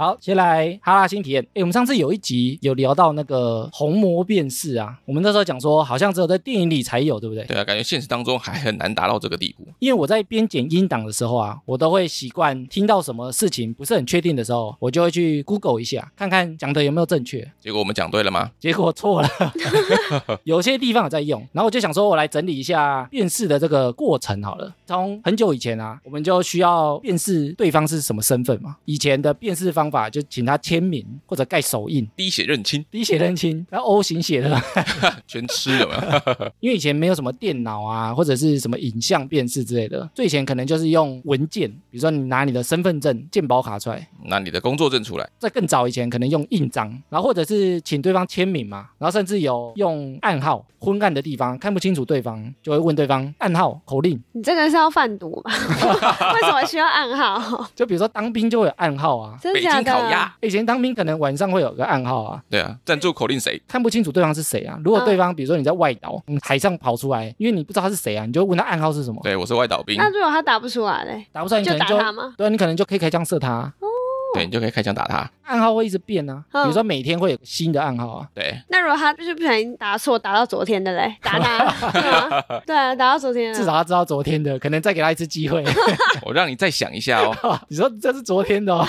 好，接下来哈拉新体验。诶，我们上次有一集有聊到那个虹膜辨识啊，我们那时候讲说好像只有在电影里才有，对不对？对啊，感觉现实当中还很难达到这个地步。因为我在边剪音档的时候啊，我都会习惯听到什么事情不是很确定的时候，我就会去 Google 一下，看看讲的有没有正确。结果我们讲对了吗？结果错了， 有些地方有在用，然后我就想说，我来整理一下辨识的这个过程好了。从很久以前啊，我们就需要辨识对方是什么身份嘛。以前的辨识方法就请他签名或者盖手印，滴血认亲， 滴血认亲，然后 O 型血的，全吃了嘛。 因为以前没有什么电脑啊，或者是什么影像辨识之类的，最以前可能就是用文件，比如说你拿你的身份证、健保卡出来，拿你的工作证出来，在更早以前可能用印章，然后或者是请对方签名嘛，然后甚至有用暗号，昏暗的地方看不清楚对方，就会问对方暗号口令，你这个是要贩毒吧？ 为什么需要 暗号？就比如说当兵就会有暗号啊，真北的假京的？烤鸭。以前当兵可能晚上会有个暗号啊。对啊，赞助口令谁？看不清楚对方是谁啊！如果嗯对方，比如说你在外岛、嗯海上跑出来，因为你不知道他是谁啊，你就问他暗号是什么，对，我是外岛兵，那如果他打不出来嘞，打不出来你可就能打就他吗？对，你可能就可以开枪射他啊。对你就可以开枪打他。暗号会一直变啊，比嗯如说每天会有个新的暗号啊。 对，那如果他就是不小心打错，打到昨天 的嘞，打他，对啊，对啊，打到昨天的，至少他知道昨天的，可能再给他一次机会。我让你再想一下哦。你说这是昨天的、哦，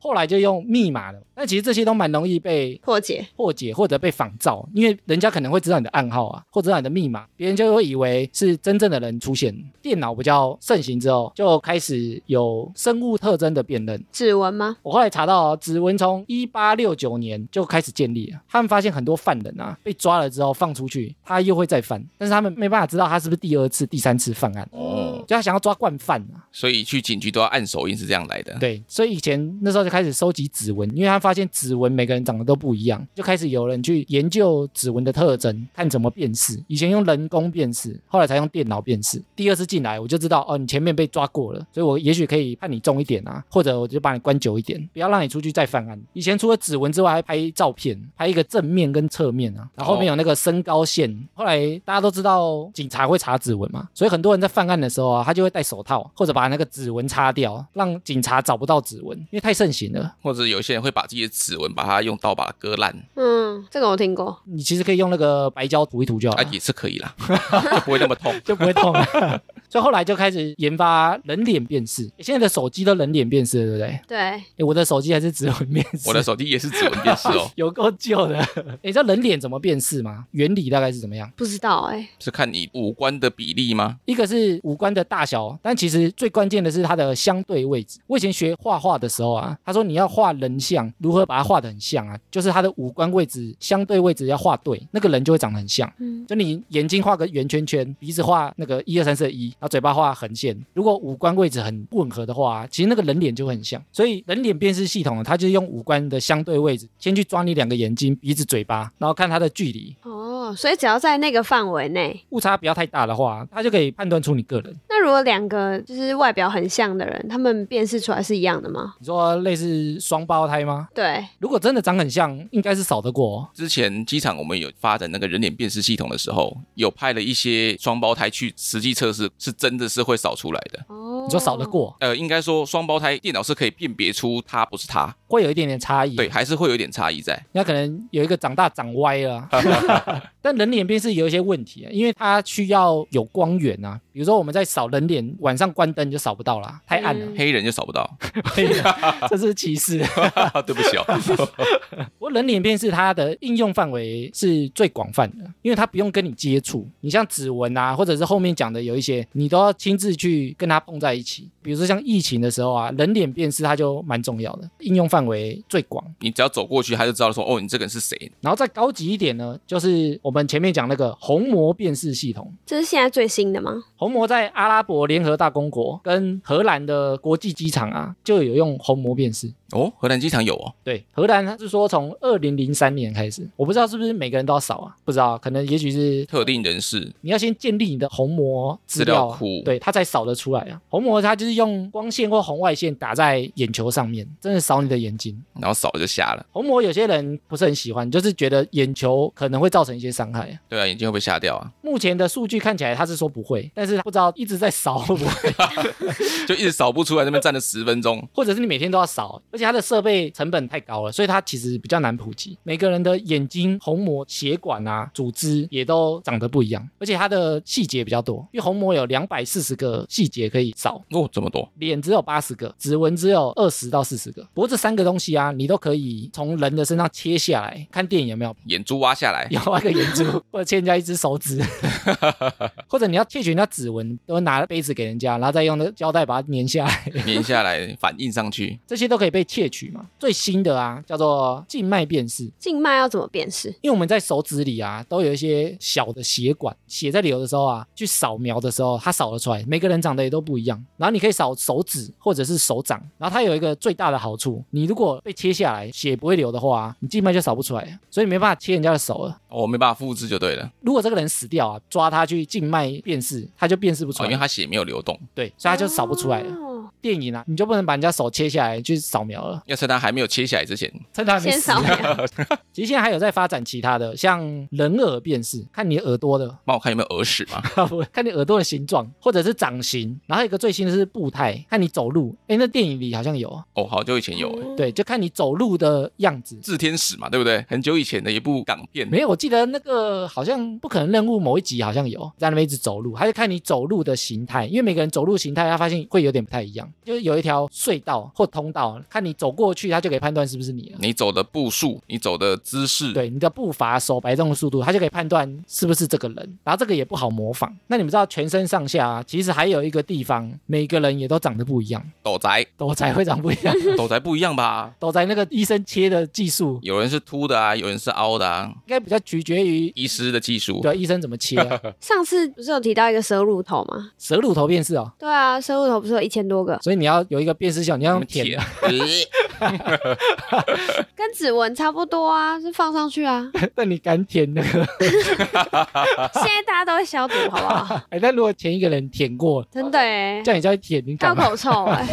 后来就用密码了。那其实这些都蛮容易被破解。破解或者被仿造，因为人家可能会知道你的暗号啊，或者知道你的密码，别人就会以为是真正的人出现。电脑比较盛行之后，就开始有生物特征的辨认。指纹吗？我后来查到、哦，指纹从一八六九年就开始建立了。他们发现很多犯人啊，被抓了之后放出去，他又会再犯，但是他们没办法知道他是不是第二次、第三次犯案，哦，就他想要抓惯犯啊。所以去警局都要按手印是这样来的。对，所以以前那时候就开始收集指纹，因为他发现指纹每个人长得都不一样，就开始有人去研究指纹的特征，看怎么辨识。以前用人工辨识，后来才用电脑辨识。第二次进来，我就知道哦，你前面被抓过了，所以我也许可以判你重一点啊，或者我就把你关久一点，不要让你出去再犯案。以前除了指纹之外，还拍照片，拍一个正面跟侧面啊，然后后面有那个身高线。后来大家都知道警察会查指纹嘛，所以很多人在犯案的时候啊，他就会戴手套或者把那个指纹擦掉，让警察找不到指纹，因为太盛行了。或者有些人会把自己的指纹把它用刀把它割烂，嗯，这个我听过。你其实可以用那个白胶涂一涂就好啊了，，也是可以 啦，就不会那么痛。就不会痛了。 所以后来就开始研发人脸辨识，现在的手机都人脸辨识了，对不对？对，诶我的手机还是指纹辨识，我的手机也是指纹辨识哦 ，有够旧的。你知道人脸怎么辨识吗？原理大概是怎么样？不知道哎、是看你五官的比例吗？一个是五官的大小，但其实最关键的是它的相对位置。我以前学画画的时候啊，他说你要画人像，如何把它画得很像啊？就是它的五官位置、相对位置要画对，那个人就会长得很像。嗯，就你眼睛画个圆圈圈，鼻子画那个一二三四的一，然后嘴巴画横线。如果五官位置很吻合的话啊，其实那个人脸就会很像。所以人脸辨识系统啊，它就是用五官的相对位置，先去抓你两个眼睛、鼻子、嘴巴，然后看它的距离，哦，所以只要在那个范围内。误差不要太大的话，它就可以判断出你个人。那如果两个就是外表很像的人，他们辨识出来是一样的吗？你说类似双胞胎吗？对，如果真的长很像，应该是少得过、哦。之前机场我们有发展那个人脸辨识系统的时候，有派了一些双胞胎去实际测试，是真的是会扫出来的。哦，你说少得，过，呃，应该说双胞胎电脑是可以辨别出他不是他，会有一点点差异。对，，还是会有点差异在。那可能有一个长大长歪了 啊、但人脸辨识有一些问题啊，因为它需要有光源啊。比如说我们在扫人脸，晚上关灯就扫不到啦，太暗了，嗯黑人就扫不到， 这是歧视。对不起哦。 不过人脸辨识它的应用范围是最广泛的，因为它不用跟你接触，你像指纹啊，或者是后面讲的有一些，你都要亲自去跟它碰在一起。比如说像疫情的时候啊，人脸辨识它就蛮重要的，应用范围最广。你只要走过去，他就知道说，哦，你这个人是谁。然后再高级一点呢，就是我们前面讲那个虹膜辨识系统。这是现在最新的吗？虹膜在阿拉伯联合大公国跟荷兰的国际机场啊，就有用虹膜辨识。哦，荷兰机场有哦，对，荷兰它是说从二零零三年开始，我不知道是不是每个人都要扫啊，不知道，可能也许是特定人士你要先建立你的虹膜资料啊资料库对，它才扫得出来啊。虹膜它就是用光线或红外线打在眼球上面，真的扫你的眼睛。然后扫就瞎了。虹膜有些人不是很喜欢，就是觉得眼球可能会造成一些伤害啊。对啊，眼睛会被吓掉啊，目前的数据看起来他是说不会，但是他不知道一直在扫会不会， 就一直扫不出来，那边站了十分钟。或者是你每天都要扫，而且且它的设备成本太高了，所以它其实比较难普及。每个人的眼睛、虹膜、血管啊、组织也都长得不一样，而且它的细节比较多，因为虹膜有两百四十个细节可以扫，哦，这么多，脸只有八十个，指纹只有二十到四十个。不过这三个东西啊，你都可以从人的身上切下来，看电影有没有眼珠挖 下来，咬那个眼珠，或者切人家一只手指，或者你要窃取人家指纹，都拿杯子给人家，然后再用那个胶带把它粘下来，粘下来，反印上去。这些都可以被窃取嘛。最新的啊，叫做静脉辨识。静脉要怎么辨识？因为我们在手指里啊，都有一些小的血管，血在流的时候啊，去扫描的时候，它扫得出来。每个人长得也都不一样，然后你可以扫手指或者是手掌，然后它有一个最大的好处，你如果被切下来，血不会流的话、啊，你静脉就扫不出来，所以没办法切人家的手了。哦，没办法复制就对了，如果这个人死掉啊，抓他去静脉辨识，他就辨识不出哦，因为来，它血没有流动，对，所以他就扫不出来了。哦电影啊，你就不能把人家手切下来去扫描了，要趁它还没有切下来之前，趁他还没先死啊扫。描，其实现在还有在发展其他的，像人耳辨识，看你耳朵的， 帮我看有没有耳屎嘛。哦看你耳朵的形状或者是长形，然后还有一个最新的是步态，看你走路。哎，那电影里好像有啊，哦，好久以前有欸，对，就看你走路的样子。炽天使嘛，对不对？很久以前的一部港片，没有，我记得那个好像不可能任务某一集好像有在那边一直走路，还是看你走路的形态，因为每个人走路形态，他发现会有点不太一样。就是有一条隧道或通道，看你走过去，他就可以判断是不是你了。你走的步数，你走的姿势，对你的步伐、手摆动的速度，他就可以判断是不是这个人。然后这个也不好模仿。那你们知道全身上下啊，其实还有一个地方，每个人也都长得不一样，斗宅， 都才会长不一 样。斗宅不一样吧？都在那个医生切的技术，有人是凸的啊，有人是凹的啊，应该比较取决于 医师的技术。对医生怎么切、啊。上次不是有提到一个蛇乳头吗？蛇乳头辨识哦，对啊，蛇乳头不是有一千多个，所以你要有一个辨识效，你要那用么啊呃舔舔的。，跟指纹差不多啊，是放上去 啊。 但你敢舔那个？ 现在大家都会消毒，好不好？ 哎，但如果前一个人舔过，真的哎、叫你叫你舔，你倒敢吗？口臭哎、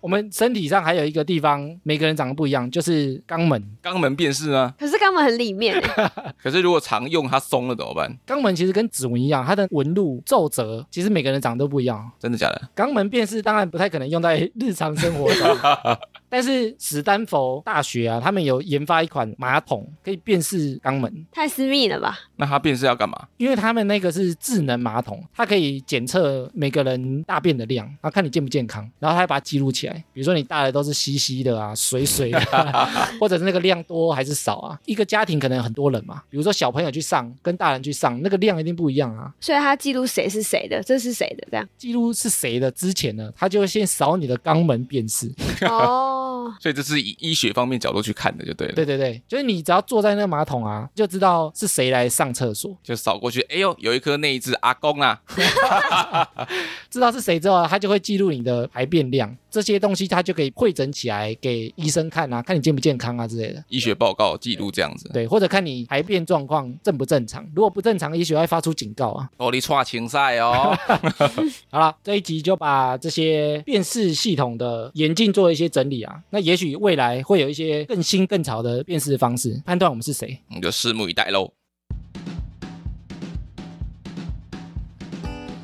我们身体上还有一个地方，每个人长得不一样，就是肛门。肛门辨识啊。可是肛门很里面、欸， 可是如果常用它松了怎么办？肛门其实跟指纹一样，它的纹路、皱褶，其实每个人长得都不一样。真的假的？肛门辨识当然不太可能用在日常生活中， 但是史丹佛大学啊，他们有研发一款马桶可以辨识肛门，太私密了吧？那它辨识要干嘛？因为他们那个是智能马桶，它可以检测每个人大便的量，然后看你健不健康，然后它还把它记录起来。比如说你大的都是稀稀的啊，水水的、啊，或者是那个量多还是少啊？一个家庭可能很多人嘛，比如说小朋友去上跟大人去上，那个量一定不一样啊。所以它记录谁是谁的，这是谁的这样。记录是谁的之前呢，他就会先扫你的肛门辨识。 哦，所以这是以医学方面角度去看的就对了。对对对，就是你只要坐在那个马桶啊，就知道是谁来上厕所，就扫过去，哎呦，有一颗那一只阿公啊，知道是谁之后啊，他就会记录你的排便量，这些东西他就可以汇整起来给医生看啊，看你健不健康啊之类的。医学报告记录这样子。对，或者看你排便状况正不正常，如果不正常，也许会发出警告啊。哦，你串青赛 哦，好了，这一集就把这些辨识系统的演进做一些整理啊。那也许未来会有一些更新更潮的辨识方式，判断我们是谁。你就拭目以待喽。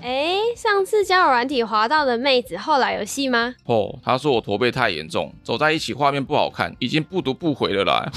哎，上次交友软体滑到的妹子，后来有戏 吗？哦，他说我驼背太严重，走在一起画面不好看，已经不读不回了啦。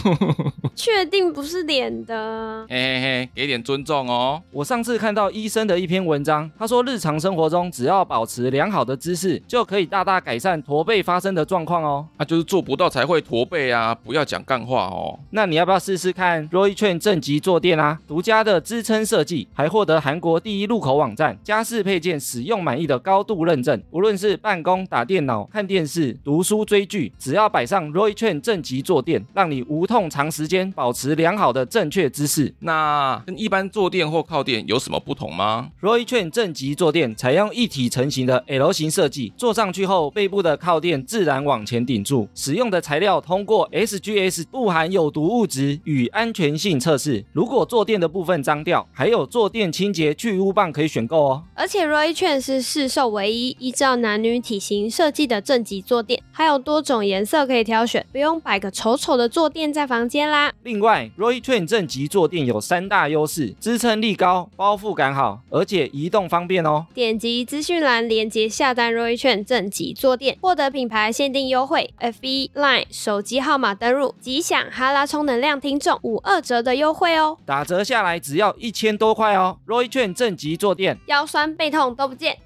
确定不是脸的，嘿嘿嘿，给点尊重哦。我上次看到医生的一篇文章，他说日常生活中只要保持良好的姿势，就可以大大改善驼背发生的状况哦。那、就是做不到才会驼背啊，不要讲干话哦。那你要不要试试看 Roy Train 正极坐垫啊？独家的支撑设计，还获得韩国第一入口网站家饰配件使用满意的高度认证。无论是办公、打电脑、看电视、读书、追剧，只要摆上 Roy Train 正极坐垫，让你无痛长时间保持良好的正确姿势。那跟一般坐垫或靠垫有什么不同吗？ Roy Train 正极坐垫采用一体成型的 L 型设计，坐上去后背部的靠垫自然往前顶住。使用的材料通过 SGS 不含有毒物质与安全性测试。如果坐垫的部分脏掉，还有坐垫清洁去污棒可以选购哦。而且 Roy 券是市售唯一依照男女体型设计的正极坐垫，还有多种颜色可以挑选，不用摆个丑丑的坐垫在房间啦。另外，Roy Train 正极坐垫有三大优势：支撑力高、包覆感好，而且移动方便哦。点击资讯栏链接下单 Roy 券正极坐垫，获得品牌限定优惠。FB Line 手机号码登入，吉享哈拉充能量听众五二折的优惠哦。打折下来只要一千多块哦。Roy Train 正极坐垫，腰酸背痛都不见，！！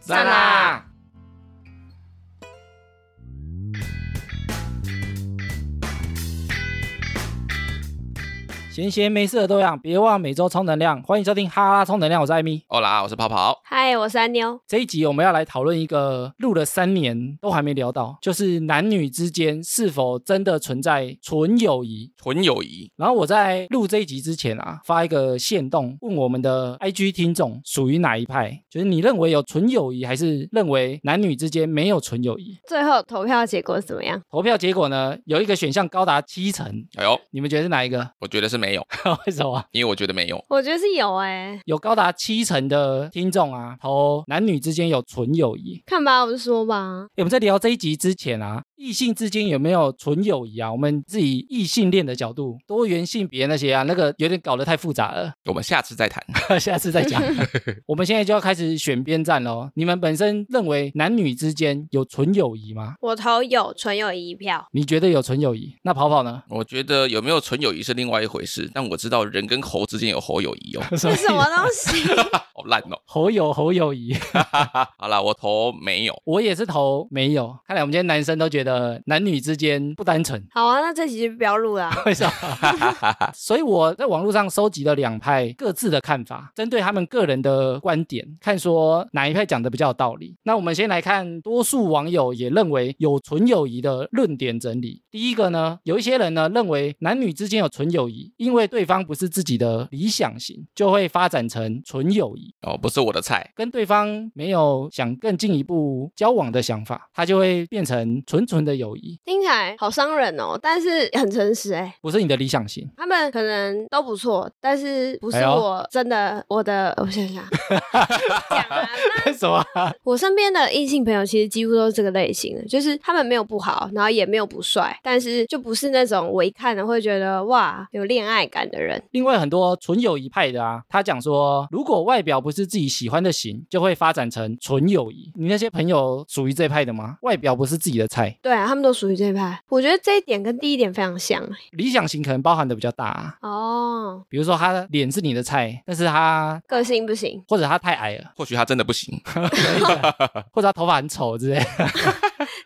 闲闲没事的都一样，别忘每周充能量。欢迎收听《哈拉充能量》，我是艾米。哦啦，我是跑跑，嗨，我是安妞，这一集我们要来讨论一个录了三年都还没聊到，就是男女之间是否真的存在纯友谊。纯友谊，然后我在录这一集之前啊，发一个线动，问我们的 IG 听众属于哪一派，就是你认为有纯友谊，还是认为男女之间没有纯友谊？最后投票结果怎么样？投票结果呢，有一个选项高达七成，哎呦，你们觉得是哪一个？ 我觉得是没有，为什么？因为我觉得没有，我觉得是有哎、有高达七成的听众啊，投男女之间有纯友谊。看吧，我就说吧，诶我们在聊这一集之前啊，异性之间有没有纯友谊啊？我们自己异性恋的角度，多元性别那些啊，那个有点搞得太复杂了， 我们下次再谈。下次再讲。我们现在就要开始选边站喽。你们本身认为男女之间有纯友谊吗？我投有纯友谊一票。你觉得有纯友谊？那跑跑呢？我觉得有没有纯友谊是另外一回事，但我知道人跟猴之间有猴友谊哦，什这 什么东西？ 好烂哦。侯友侯友谊，好啦，我投没有，我也是投没有。看来我们今天男生都觉得男女之间不单纯。好啊，那这集就不要录啦、为什么？所以我在网络上收集了两派各自的看法，针对他们个人的观点，看说哪一派讲的比较有道理。那我们先来看多数网友也认为有纯友谊的论点整理。第一个呢，有一些人呢认为男女之间有纯友谊，因为对方不是自己的理想型，就会发展成纯友谊。哦，不是我的菜，跟对方没有想更进一步交往的想法，它就会变成纯纯的友谊，听起来好伤人哦，但是很诚实哎、不是你的理想型。他们可能都不错，但是不是哎呦我真的我的，我想想，讲啊，那什么？我身边的异性朋友其实几乎都是这个类型的，就是他们没有不好，然后也没有不帅，但是就不是那种我一看了会觉得哇有恋爱感的人。另外很多纯友谊派的啊，他讲说，如果外表不是自己喜欢的型，就会发展成纯友谊。你那些朋友属于这派的吗？外表不是自己的菜，对啊，他们都属于这一派，我觉得这一点跟第一点非常像哎理想型可能包含的比较大、啊，哦，比如说他脸是你的菜，但是他个性不行，或者他太矮了，或许他真的不行。或者他头发很丑之类。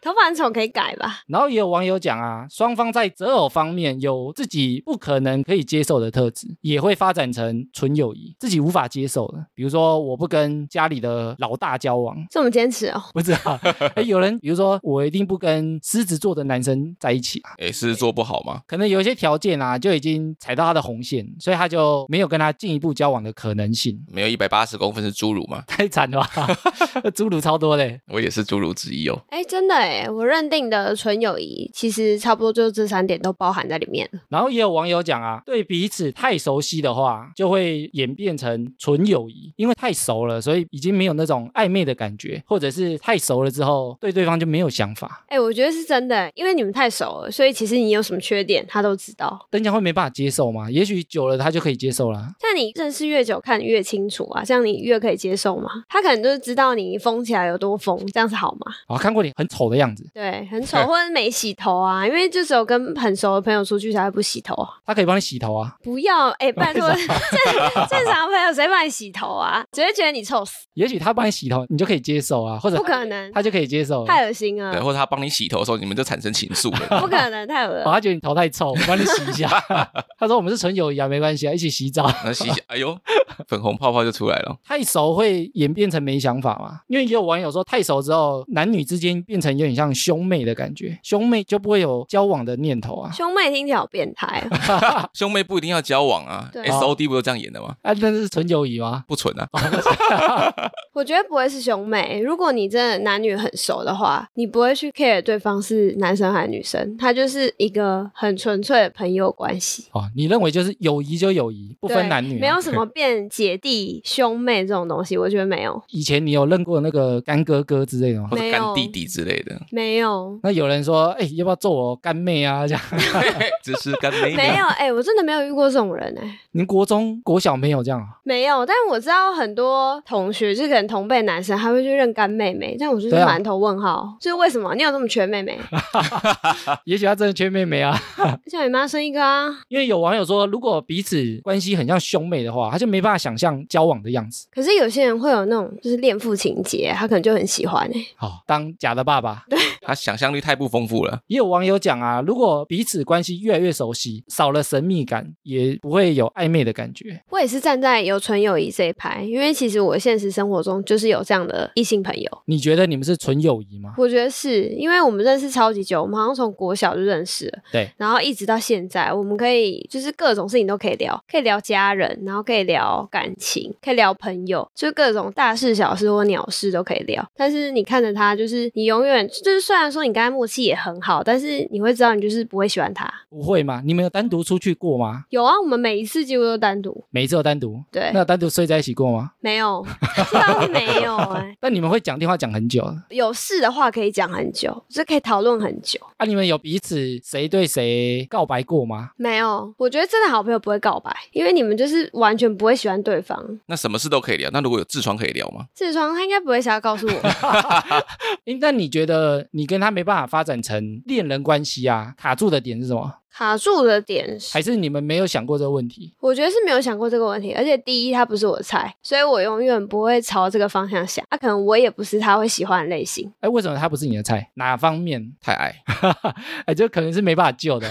头发很丑可以改吧？然后也有网友讲啊，双方在择偶方面有自己不可能可以接受的特质，也会发展成纯友谊，自己无法接受的，比如说我不跟家里的老大交往， 这么坚持哦，不知道，哎，有人比如说我一定不跟狮子座的男生在一起啊，诶，是做不好吗？可能有一些条件啊就已经踩到他的红线，所以他就没有跟他进一步交往的可能性，没有一百八十公分是侏儒吗？太惨了吧， 侏儒超多嘞。我也是侏儒之一哦。哎，真的哎，我认定的纯友谊其实差不多就这三点都包含在里面了。然后也有网友讲啊，对彼此太熟悉的话，就会演变成纯友谊，因为太熟了，所以已经没有那种暧昧的感觉，或者是太熟了之后对对方就没有想法，哎、我觉得是真的，因为你们太熟了，所以其实你有什么缺点，他都知道。人家会没办法接受嘛，也许久了他就可以接受啦。但你认识越久，看越清楚啊，这样你越可以接受嘛。他可能就是知道你疯起来有多疯，这样是好吗？啊，看过你很丑的样子，对，很丑或者没洗头啊，因为就只有跟很熟的朋友出去才会不洗头啊。他可以帮你洗头啊，不要，哎、拜托， 正正常朋友谁帮你洗头啊？只会觉得你臭 死，也许他帮你洗头，你就可以接受啊，或者不可能，他就可以接受了。太恶心对，了，或者他帮你洗头的时候，你们就产生情愫了。 不可能，太恶哦，了。他觉得你头太臭，我帮你洗一 下。他说我们是纯友谊啊，没关系啊，一起洗澡。那洗洗，哎呦，粉红泡泡就出来了。太熟会演变成没想法嘛？因为也有网友说，太熟之后，男女之间变成有点点像兄妹的感觉，兄妹就不会有交往的念头啊。兄妹听起来好变态哦，兄妹不一定要交往啊对哦，S O D 不都这样演的吗？啊，那是纯友谊吗？不纯啊，我觉得不会是兄妹。如果你真的男女很熟的话，你不会去 care 对方是男生还是女生，他就是一个很纯粹的朋友关系，哦，你认为就是友谊就友谊，不不分男女、啊，没有什么变姐弟兄妹这种东西，我觉得没有，以前你有认过那个干哥哥之类的吗 或？者没有干弟弟之类的，没有。那有人说，哎、要不要做我干妹啊？这样， 只是干妹没有，哎、我真的没有遇过这种人哎、您国中、国小没有这样啊？ 没有。但我知道很多同学，就是可能同辈男生，他会去认干妹妹，但我就是对啊满头问号，就是为什么你有这么缺 妹妹？也许他真的缺妹妹啊。 叫你妈生一个啊！因为有网友说，如果彼此关系很像兄妹的话，他就没办法想象交往的样子。可是有些人会有那种就是恋父情节，他可能就很喜欢哎、好、当假的爸爸。他想象力太不丰富了。也有网友讲啊，如果彼此关系越来越熟悉，少了神秘感，也不会有暧昧的感觉。我也是站在有纯友谊这一派，因为其实我现实生活中就是有这样的异性朋友，你觉得你们是纯友谊吗？我觉得是因为我们认识超级久，我们好像从国小就认识了，对，然后一直到现在，我们可以就是各种事情都可以聊，可以聊家人，然后可以聊感情，可以聊朋友，就是各种大事小事或鸟事都可以聊。但是你看着他，就是你永远就是虽然说你跟他默契也很好，但是你会知道你就是不会喜欢他。不会吗？你们有单独出去过吗？有啊，我们每一次几乎都单独，每一次有单独？对那，有单独睡在一起过吗？没有，这倒是没 有哎、但你们会讲电话讲很久啊？有事的话可以讲很久，就可以讨论很久。啊你们有彼此谁对谁告白过吗？没有，我觉得真的好朋友不会告白，因为你们就是完全不会喜欢对方。那什么事都可以聊，那如果有痔疮可以聊吗？痔疮他应该不会想要告诉我， 诶那你觉得你跟他没办法发展成恋人关系啊？卡住的点是什么？卡住的点是，还是你们没有想过这个问题？我觉得是没有想过这个问题。而且第一，他不是我的菜，所以我永远不会朝这个方向想。啊他、可能我也不是他会喜欢的类型。哎，为什么他不是你的菜？哪方面？ 太矮，哎，这可能是没办法救的。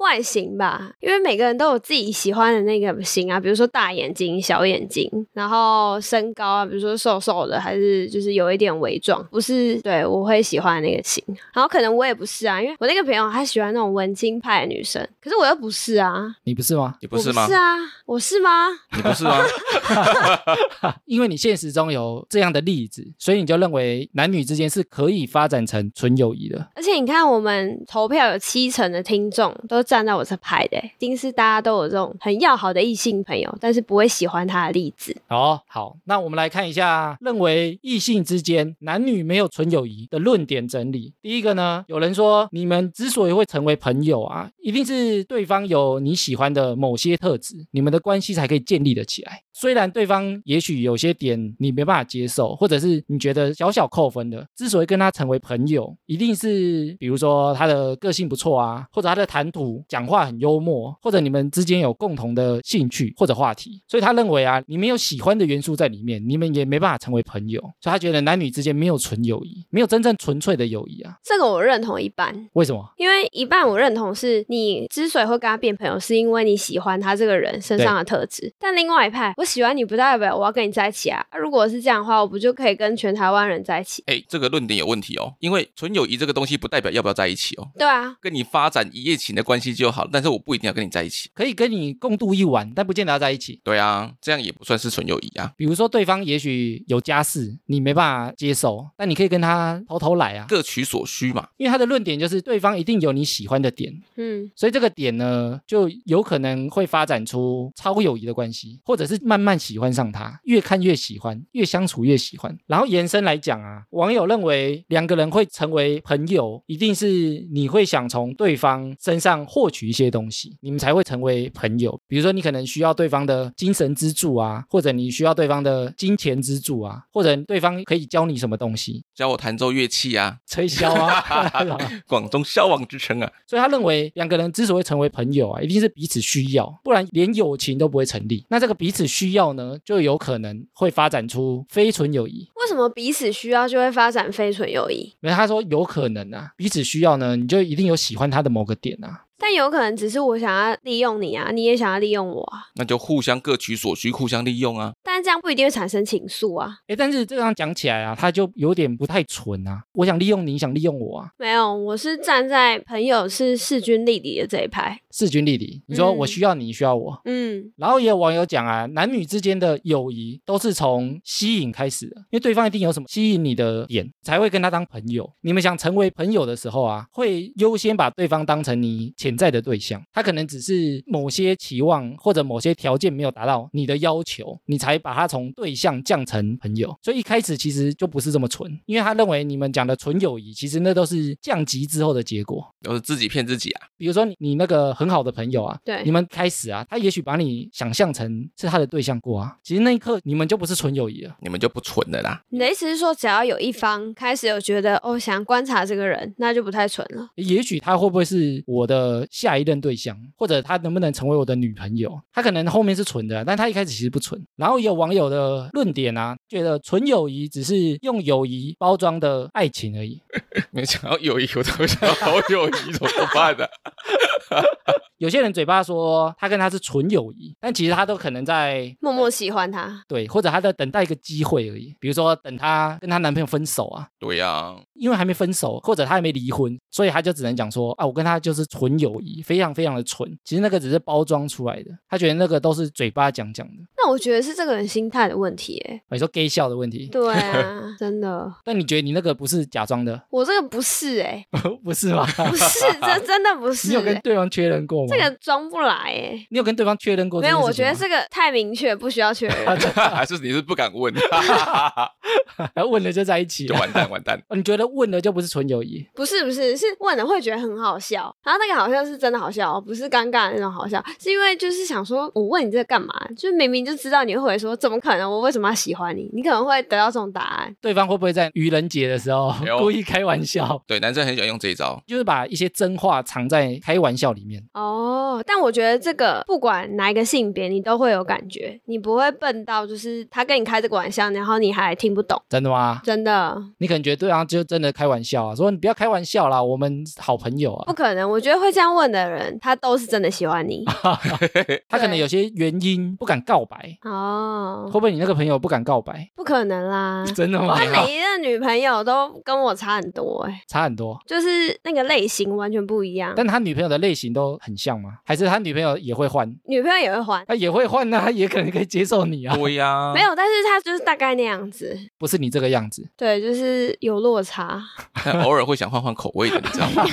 外形吧，因为每个人都有自己喜欢的那个型啊，比如说大眼睛、小眼睛，然后身高啊，比如说瘦瘦的，还是就是有一点微壮，不是对我会喜欢的那个型。然后可能我也不是啊，因为我那个朋友她喜欢那种文青派的女生，可是我又不是啊，你不是吗？你我不是吗不是？啊，我是吗？你不是吗？ 因为你现实中有这样的例子，所以你就认为男女之间是可以发展成纯友谊的。而且你看，我们投票有七成的听众都站在我这派的，一定是大家都有这种很要好的异性朋友，但是不会喜欢他的例子。哦，好，那我们来看一下认为异性之间男女没有纯友谊的论点整理。第一个呢，有人说你们之所以会成为朋友啊，一定是对方有你喜欢的某些特质，你们的关系才可以建立得起来。虽然对方也许有些点你没办法接受，或者是你觉得小小扣分的，之所以跟他成为朋友，一定是比如说他的个性不错啊，或者他的谈吐、讲话很幽默，或者你们之间有共同的兴趣或者话题。所以他认为啊，你们有喜欢的元素在里面，你们也没办法成为朋友。所以他觉得男女之间没有纯友谊，没有真正纯粹的友谊啊。这个我认同一半，为什么？因为一半我认同是你之所以会跟他变朋友，是因为你喜欢他这个人身上的特质。但另外一派，我喜欢你不代表我要跟你在一起啊。啊如果是这样的话，我不就可以跟全台湾人在一起？哎，这个论点有问题哦，因为纯友谊这个东西不代表要不要在一起哦，对啊，跟你发展一夜情的关系就好，但是我不一定要跟你在一起。可以跟你共度一晚，但不见得要在一起。对啊，这样也不算是纯友谊啊。比如说，对方也许有家事，你没办法接受，但你可以跟他偷偷来啊。各取所需嘛，因为他的论点就是对方一定有你喜欢的点，嗯，所以这个点呢，就有可能会发展出超友谊的关系，或者是慢慢喜欢上他，越看越喜欢，越相处越喜欢。然后延伸来讲啊，网友认为两个人会成为朋友，一定是你会想从对方身上获取一些东西，你们才会成为朋友。比如说，你可能需要对方的精神支柱啊，或者你需要对方的金钱支柱啊，或者对方可以教你什么东西，教我弹奏乐器啊，推销 啊。广东消亡之城啊，所以他认为两个人之所以成为朋友啊，一定是彼此需要，不然连友情都不会成立。那这个彼此需要呢，就有可能会发展出非纯友谊。为什么彼此需要就会发展非纯友谊？因为他说有可能啊，彼此需要呢，你就一定有喜欢他的某个点啊。但有可能只是我想要利用你啊，你也想要利用我啊，那就互相各取所需，互相利用啊。但是这样不一定会产生情愫啊。哎，但是这样讲起来啊，他就有点不太纯啊。我想利用你，想利用我啊，没有，我是站在朋友是势均力敌的这一派。势均力敌。你说我嗯需要你，你需要我。嗯，然后也有网友讲啊，男女之间的友谊都是从吸引开始的，因为对方一定有什么吸引你的点，才会跟他当朋友。你们想成为朋友的时候啊，会优先把对方当成你潜在的对象，他可能只是某些期望或者某些条件没有达到你的要求，你才把他从对象降成朋友。所以一开始其实就不是这么纯，因为他认为你们讲的纯友谊，其实那都是降级之后的结果。都是自己骗自己啊，比如说你你那个很好的朋友啊，对你们开始啊，他也许把你想象成是他的对象过啊，其实那一刻你们就不是纯友谊了。你们就不纯了啦。你的意思是说，只要有一方开始有觉得哦想观察这个人，那就不太纯了。也许他会不会是我的下一任对象，或者他能不能成为我的女朋友？他可能后面是纯的啊，但他一开始其实不纯。然后也有网友的论点啊，觉得纯友谊只是用友谊包装的爱情而已。没想到友谊，我都想到好友谊，怎么办啊呢、有些人嘴巴说他跟他是纯友谊，但其实他都可能在默默喜欢他，对，或者他在等待一个机会而已。比如说等他跟她男朋友分手啊， 对呀、 啊，因为还没分手，或者他还没离婚，所以他就只能讲说啊，我跟他就是纯友谊，非常非常的纯。其实那个只是包装出来的，他觉得那个都是嘴巴讲讲的。那我觉得是这个人心态的问题耶。你说 gay 笑的问题，对 啊，真的，但你觉得你那个不是假装的，我这个不是哎，不是吗？ 不是，这真 的不 你是有跟欸。对方确认过吗？这个装不来哎，你有跟对方确认过这没件有，事情吗？我觉得这个太明确，不需要确 认。还是你是不敢问，啊然后 问了就在一起 就了。完蛋完蛋。哦你觉得问了就不是纯友谊？不是不是，是问了会觉得很好笑，然后那个好笑是真的好笑哦，不是尴尬的那种好笑，是因为就是想说，我问你这个干嘛？就是明明就知道你会回说，怎么可能？我为什么要喜欢你？你可能会得到这种答案。对方会不会在愚人节的时候哎呦 故意开玩笑？对，男生很喜欢用这一招，就是把一些真话藏在开玩笑里面。哦，但我觉得这个不管哪一个性别，你都会有感觉，你不会笨到就是他跟你开这个玩笑，然后你还听不懂，真的吗？真的你可能觉得对方就真的开玩笑啊，说你不要开玩笑啦，我们好朋友啊不。可能。我觉得会这样问的人，他都是真的喜欢你。 他可能对有些原因不敢告白，哦会，不会你那个朋友不敢告白？不可 。能啦真的吗他？每一任女朋友都跟我差很多哎、差很多，就是那个类型完全不一样。但他女朋友的类型都很像吗？还是他女朋友也会换？啊女朋友也会还，他也会换呢、他也可能可以接受你啊，对呀、没有，但是她就是大概那样子。不是你这个样子，对，就是有落差。但 偶尔会想换换口味的，你知道吗？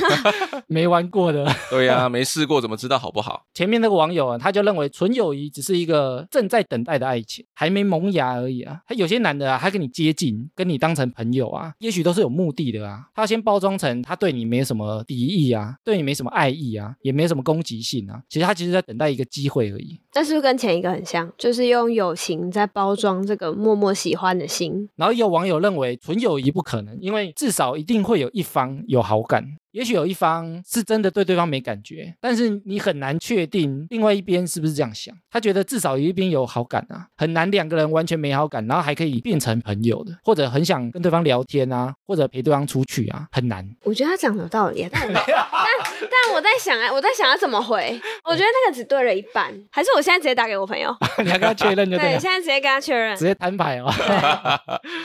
没玩过的。对呀、没试过怎么知道好不好？前面那个网友啊，他就认为纯友谊只是一个正在等待的爱情，还没萌芽而已啊。他有些男的啊，他跟你接近，跟你当成朋友啊，也许都是有目的的啊。他要先包装成他对你没什么敌意啊，对你没什么爱意啊，也没什么攻击性啊。其实他其实在等待一个机会而已。但是不是跟前一个很像，就是用友情在包装这个默默喜欢的心。然后也有网友认为纯友谊不可能，因为至少一定会有一方有好感。也许有一方是真的对对方没感觉，但是你很难确定另外一边是不是这样想。他觉得至少有一边有好感啊，很难两个人完全没好感，然后还可以变成朋友的，或者很想跟对方聊天啊，或者陪对方出去啊，很 难。我觉得他讲的有道理，啊但我 但但我在想啊，我在想要怎么回。我觉得那个只对了一半，还是我现在直接打给我朋友，你要跟他确认就对对，了现。在直接跟他确认直。接摊牌哦。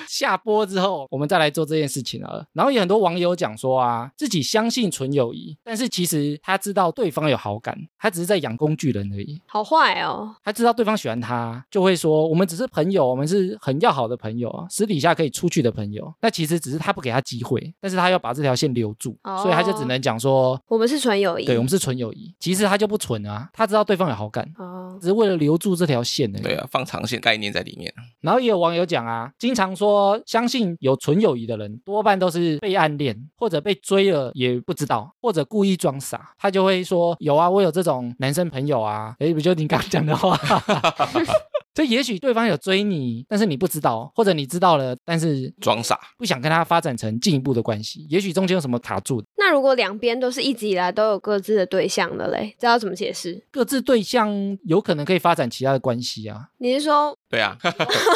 下播之后，我们再来做这件事情啊。然后有很多网友讲说啊，自己相信纯友谊，但是其实他知道对方有好感，他只是在养工具人而已。好坏哦，他知道对方喜欢他，就会说我们只是朋友，我们是很要好的朋友啊，私底下可以出去的朋友。那其实只是他不给他机会，但是他要把这条线留住，哦所以他就只能讲说，我们是纯友谊。对我们是纯友谊。其实他就不纯啊，他知道对方有好感，哦，只是为了留住这条线而已。对啊，放长线概念在里面。然后也有网友讲啊，经常说相信有纯友谊的人，多半都是被暗恋或者被追了也不知道，或者故意装傻。他就会说有啊，我有这种男生朋友啊，诶，不就你刚刚讲的话。这也许对方有追你，但是你不知道，或者你知道了，但是装傻，不想跟他发展成进一步的关系。也许中间有什么卡住，那如果两边都是一直以来都有各自的对象的嘞，这要怎么解释？各自对象有可能可以发展其他的关系啊。你是说对啊，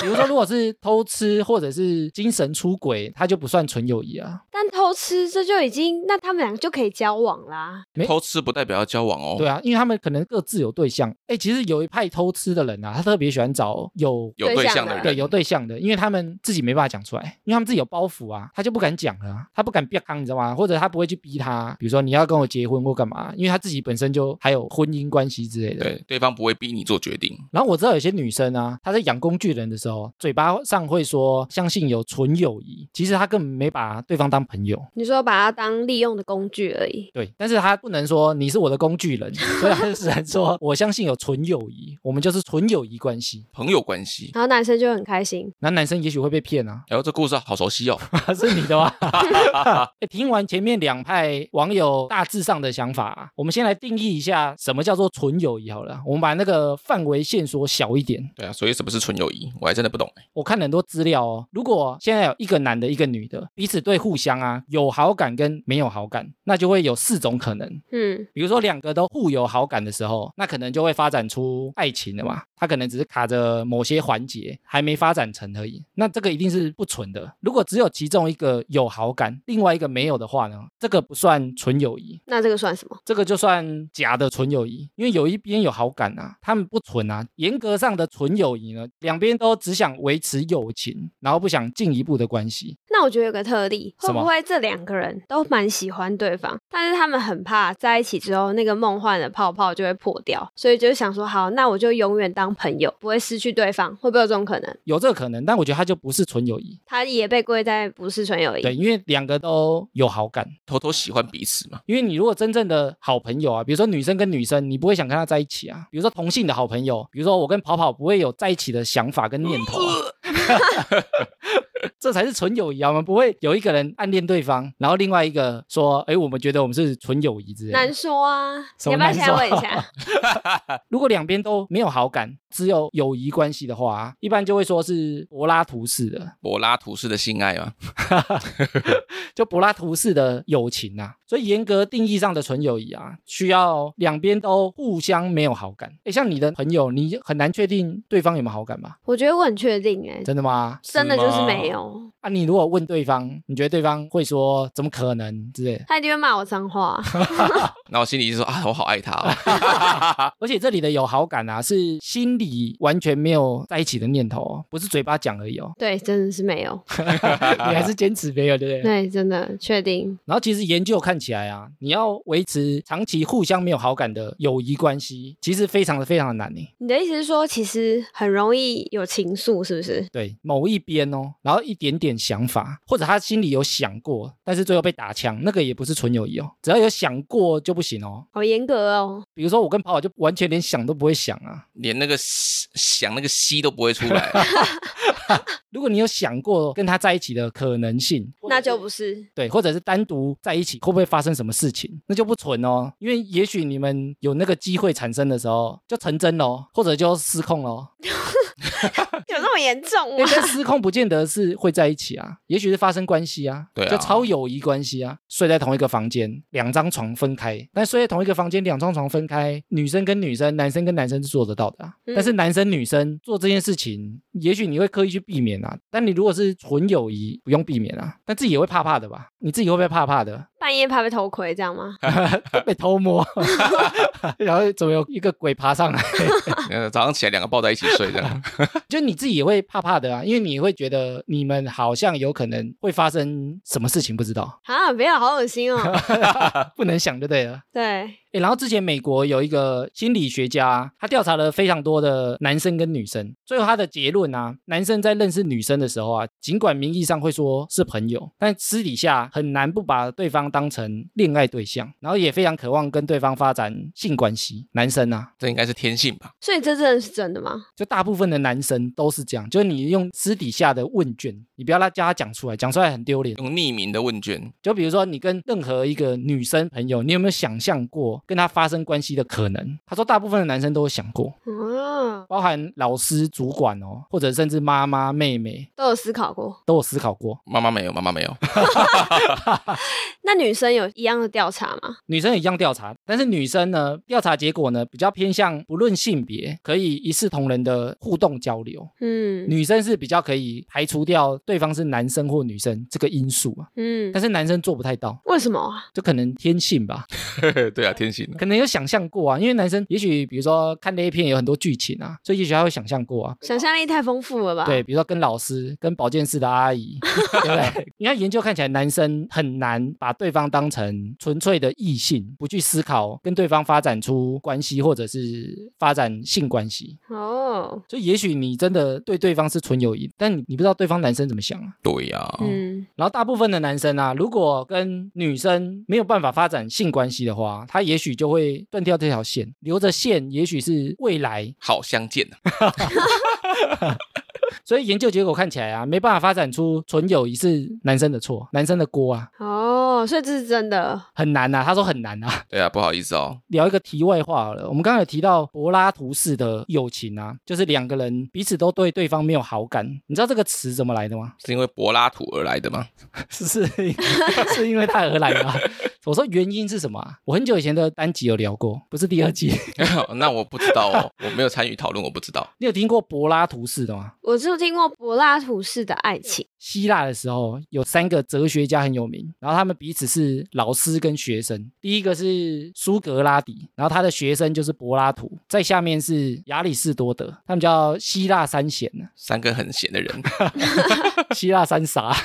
比如说，如果是偷吃或者是精神出轨，他就不算纯友谊啊。但偷吃这就已经，那他们俩就可以交往啦。没偷吃不代表要交往哦。对啊，因为他们可能各自有对象。哎，其实有一派偷吃的人啊，他特别喜欢找有有对对象象的的人人，对有对象的，因为他们自己没办法讲出来，因为他们自己有包袱啊，他就不敢讲了啊、他不敢逼康，你知道吗？或者他不会去逼他，比如说你要跟我结婚或干嘛，因为他自己本身就还有婚姻关系之类的。对，对方不会逼你做决定。然后我知道有些女生啊，她在养工具人的时候，嘴巴上会说相信有纯友谊，其实她根本没把对方当朋友。你说把它当利用的工具而已，对，但是她不能说你是我的工具人，所以她就只能说我相信有纯友谊，我们就是纯友谊关系。朋友关系，然后男生就很开心。那男生也许会被骗啊， 哎呦，这故事好熟悉哦。 是你的吗？ 欸听完前面两派网友大致上的想法啊，我们先来定义一下什么叫做纯友谊好了。我们把那个范围线索小一点。对啊，所以什么是纯友谊，我还真的不懂哎。我看了很多资料哦，如果现在有一个男的，一个女的，彼此对互相啊有好感跟没有好感，那就会有四种可能。嗯，比如说两个都互有好感的时候，那可能就会发展出爱情了嘛。他可能只是卡着某些环节还没发展成而已。那这个一定是不纯的。如果只有其中一个有好感，另外一个没有的话呢，这个不算纯友谊，那这个算什么？这个就算假的纯友谊，因为有一边有好感啊，他们不纯啊。严格上的纯友谊呢，两边都只想维持友情，然后不想进一步的关系。那我觉得有个特例，会什么不会这两个人都蛮喜欢对方，但是他们很怕在一起之后那个梦幻的泡泡就会破掉，所以就想说好，那我就永远当朋友，不会失去对方，会不会有这种可能？有这个可能，但我觉得它就不是纯友谊。他也被归在不是纯友对，谊。因为两个都有好感，偷偷喜欢彼此嘛，因为你如果真正的好朋友啊，比如说女生跟女生，你不会想跟她在一起啊。比如说同性的好朋友，比如说我跟跑跑不会有在一起的想法跟念头啊、 这才是纯友谊啊。我们不会有一个人暗恋对方，然后另外一个说，哎，我们觉得我们是纯友谊之类难的。说啊，什你么要难不要现在说问 一下？如果两边都没有好感，只有友谊关系的话啊，一般就会说是柏拉图式的，柏拉图式的性爱嘛，就柏拉图式的友情啊。所以严格定义上的纯友谊啊，需要两边都互相没有好感。诶，像你的朋友，你很难确定对方有没有好感吧？我觉得我很确定哎、真的吗？真的就是吗没有，啊，你如果问对方，你觉得对方会说怎么可能之类的？他一定会骂我 脏话。。然后心里就说啊，我好爱他哦。 而且这里的有好感啊，是心里完全没有在一起的念头、哦，不是嘴巴讲而已哦 对，真的是没有，你还是坚持没有，对不对？对，真的确定。然后其实研究看起来啊，你要维持长期互相没有好感的友谊关系，其实非常的非常的难欸呢。你的意思是说，其实很容易有情愫，是不是？对某一边哦，然后一点点想法，或者他心里有想过，但是最后被打枪，那个也不是纯友谊哦。只要有想过就不行哦。好严格哦，比如说我跟跑跑就完全连想都不会想啊。连那个吸想那个吸都不会出来， 如果你有想过跟他在一起的可能性，那就不是。对，或者是单独在一起会不会发生什么事情，那就不纯哦。因为也许你们有那个机会产生的时候，就成真喽，或者就失控哦喽。有这么严重那吗？些失控不见得是会在一起啊， 也许是发生关系啊，对啊就超友谊关系啊，睡在同一个房间，两张床分开，但睡在同一个房间，两张床分开，女生跟女生，男生跟男生是做得到的、啊，嗯但是男生女生做这件事情，也许你会刻意去避免啊，但你如果是纯友谊，不用避免啊，但自己也会怕怕的吧？你自己会不会怕怕的？半夜怕被偷窥这样 吗？被偷 摸， 然后怎么有一个鬼爬上来？呃早上起来两个抱在一起睡这样。就你自己也会怕怕的啊，因为你会觉得你们好像有可能会发生什么事情，不知道， 啊，不要，好恶心哦。 不能想就对了。对，诶，然后之前美国有一个心理学家，他调查了非常多的男生跟女生，最后他的结论啊，男生在认识女生的时候啊，尽管名义上会说是朋友，但私底下很难不把对方当成恋爱对象，然后也非常渴望跟对方发展性关系。男生啊，这应该是天性吧？所以这真的是真的吗？就大部分的男生都是这样，就是你用私底下的问卷，你不要拉叫他讲出来，讲出来很丢脸。用匿名的问卷，就比如说你跟任何一个女生朋友，你有没有想象过跟她发生关系的可能？他说大部分的男生都有想过，嗯，包含老师、主管哦，或者甚至妈妈、妹妹都有思考过。都有思考过。妈妈没有，妈妈没有，那女生有一样的调查吗？女生也一样调查，但是女生呢，调查结果呢比较偏向不论性别，可以一视同仁的互动交流。嗯女生是比较可以排除掉对方是男生或女生这个因素啊，嗯但，是男生做不太到，为什么啊？就可能天性吧， 对啊，天性啊可能有想象过啊，因为男生也许比如说看 A 片有很多剧情啊，所以也许他会想象过啊，想象力太丰富了吧？对，，比如说跟老师、跟保健室的阿姨， 对不对？因为研究看起来，男生很难把对方当成纯粹的异性，不去思考跟对方发展出关系，或者是发展性关系。哦，所以，也许你真的对对方是纯友谊，但你你不知道对方男生怎么想啊。对呀，嗯然后，大部分的男生啊，如果跟女生没有办法发展性关系的话，他也许就会断掉这条线，留着线，也许是未来好相见啊，所以研究结果看起来啊，没办法发展出纯友谊是男生的错，男生的锅啊，哦，所以这是真的。很难呐、啊。他说很难啊。 对啊，不好意思哦，聊一个题外话好了，我们刚才有提到柏拉图式的友情啊，就是两个人彼此都对对方没有好感。你知道这个词怎么来的吗？ 是因为柏拉图而来的吗？是是是因为 他而来的、啊。我说原因是什么、啊？我很久以前的单集有聊过，不是第二集。 那我不知道哦，我没有参与讨论，我不知道。你有听过柏拉图式的吗？我只有听过柏拉图式的爱情，希腊的时候，有三个哲学家很有名，然后他们彼此是老师跟学生。第一个是苏格拉底，然后他的学生就是柏拉图，在下面是亚里士多德，他们叫希腊三贤呢，三个很闲的人，希腊三傻。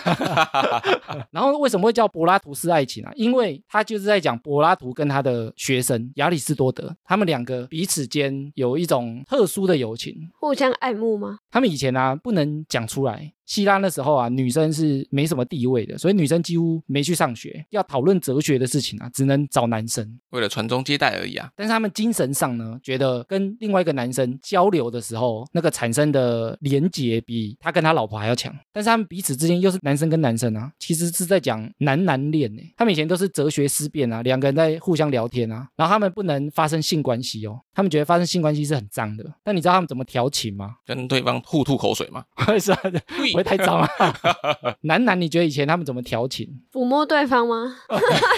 然后为什么会叫柏拉图式爱情啊？因为他就是在讲柏拉图跟他的学生亚里士多德，他们两个彼此间有一种特殊的友情，互相爱慕吗？他们以前啊不能讲出来。希腊那时候啊，女生是没什么地位的，所以女生几乎没去上学。要讨论哲学的事情啊，只能找男生。为了传宗接代而已啊。但是他们精神上呢，觉得跟另外一个男生交流的时候，那个产生的连结比他跟他老婆还要强。但是他们彼此之间又是男生跟男生啊，其实是在讲男男恋呢、他们以前都是哲学思辨啊，两个人在互相聊天啊，然后他们不能发生性关系哦，他们觉得发生性关系是很脏的。但你知道他们怎么调情吗？ 跟对方互吐口水嘛，是啊，不会太脏啊。 男男，你觉得以前他们怎么调情？抚摸对方吗？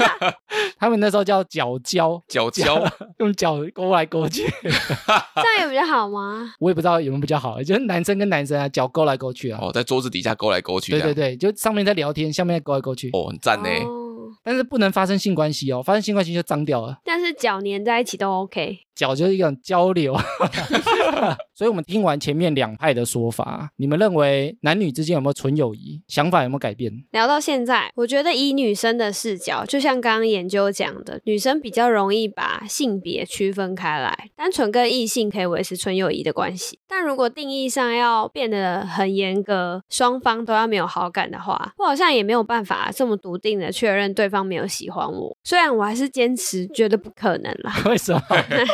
他们那时候叫脚交，娇娇用脚勾来勾去。 这样有比较好 吗？我也不知道有没有比较好，就是男生跟男生啊，脚勾来勾去啊。哦，在桌子底下勾来勾去对的，对对，就上面在聊天，下面在勾来勾去，哦，很赞呢。哦，但是不能发生性关系哦，发生性关系就脏掉了。但是脚粘在一起都 OK。脚就是一种交 流， 所以我们听完前面两派的说法，你们认为男女之间有没有纯友谊？想法有没有改变？ 聊到现在，我觉得以女生的视角，就像刚刚研究讲的，女生比较容易把性别区分开来，单纯跟异性可以维持纯友谊的关系。但如果定义上要变得很严格，双方都要没有好感的话，我好像也没有办法这么笃定的确认对方没有喜欢我。虽然我还是坚持觉得不可能啦，为什么？